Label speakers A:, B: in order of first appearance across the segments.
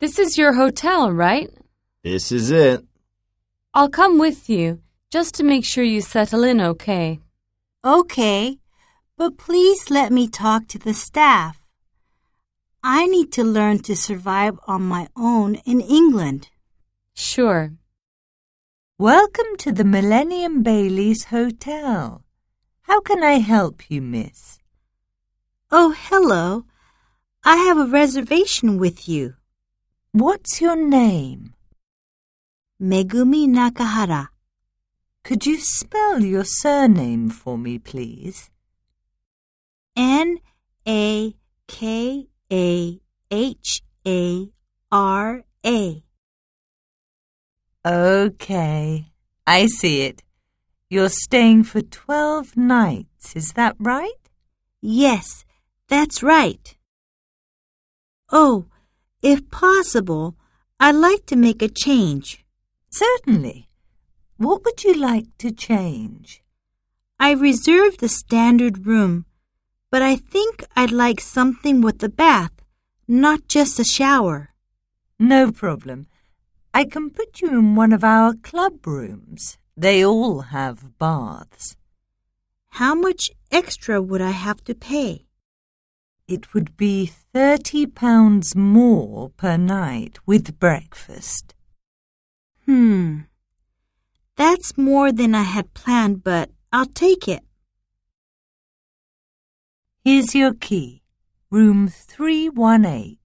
A: This is your hotel, right?
B: This is it.
A: I'll come with you just to make sure you settle in okay.
C: Okay, but please let me talk to the staff. I need to learn to survive on my own in England.
A: Sure.
D: Welcome to the Millennium Baileys Hotel. How can I help you, miss?
C: Oh, hello. I have a reservation with you.
D: What's your name?
C: Megumi Nakahara.
D: Could you spell your surname for me, please?
C: N A K A H A R A.
D: Okay, I see it. You're staying for 12 nights, is that right?
C: Yes, that's right. Oh, if possible, I'd like to make a change.
D: Certainly. What would you like to change?
C: I reserved the standard room, but I think I'd like something with a bath, not just a shower.
D: No problem. I can put you in one of our club rooms. They all have baths.
C: How much extra would I have to pay?
D: It would be £30 more per night with breakfast.
C: Hmm. That's more than I had planned, but I'll take it.
D: Here's your key. Room 318.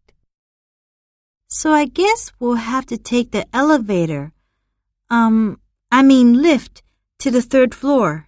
C: So I guess we'll have to take the elevator. Um, I mean lift to the third floor.